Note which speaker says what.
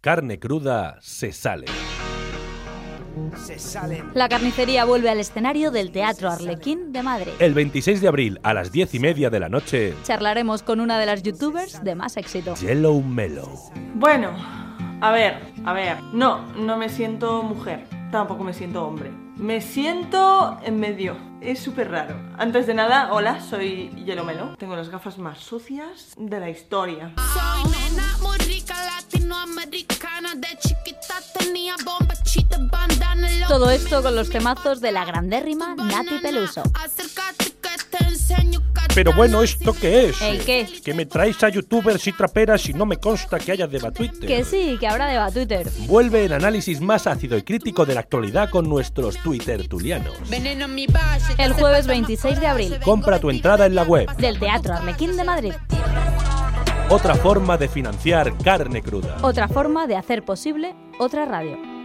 Speaker 1: Carne cruda se sale.
Speaker 2: Se salen.
Speaker 3: La carnicería vuelve al escenario del Teatro Arlequín de Madrid.
Speaker 1: El 26 de abril a las 10 y media de la noche,
Speaker 3: Charlaremos con una de las youtubers de más éxito.
Speaker 1: Yellow Mellow.
Speaker 4: Bueno, a ver, a ver. No, no me siento mujer. Tampoco me siento hombre. Me siento en medio. Es súper raro. Antes de nada, hola, soy Yelomelo. Tengo las gafas más sucias de la historia.
Speaker 5: Soy nena muy rica latinoamericana. De chiquita tenía bomba, chita, bandana. lo
Speaker 3: Todo
Speaker 5: que
Speaker 3: esto
Speaker 5: me
Speaker 3: con los temazos de la grandérrima Nati Peluso.
Speaker 5: Acércate que te enseño que
Speaker 1: Pero bueno, ¿esto qué es?
Speaker 3: ¿El qué?
Speaker 1: Que me traéis a youtubers y traperas y no me consta que haya debatuite.
Speaker 3: Que sí, que habrá deba Twitter.
Speaker 1: Vuelve el análisis más ácido y crítico de la actualidad con nuestros Twitter tulianos.
Speaker 5: veneno en mi valle.
Speaker 3: El jueves 26 de abril,
Speaker 1: Compra tu entrada en la web.
Speaker 3: del Teatro Arlequín de Madrid.
Speaker 1: Otra forma de financiar carne cruda.
Speaker 3: Otra forma de hacer posible otra radio.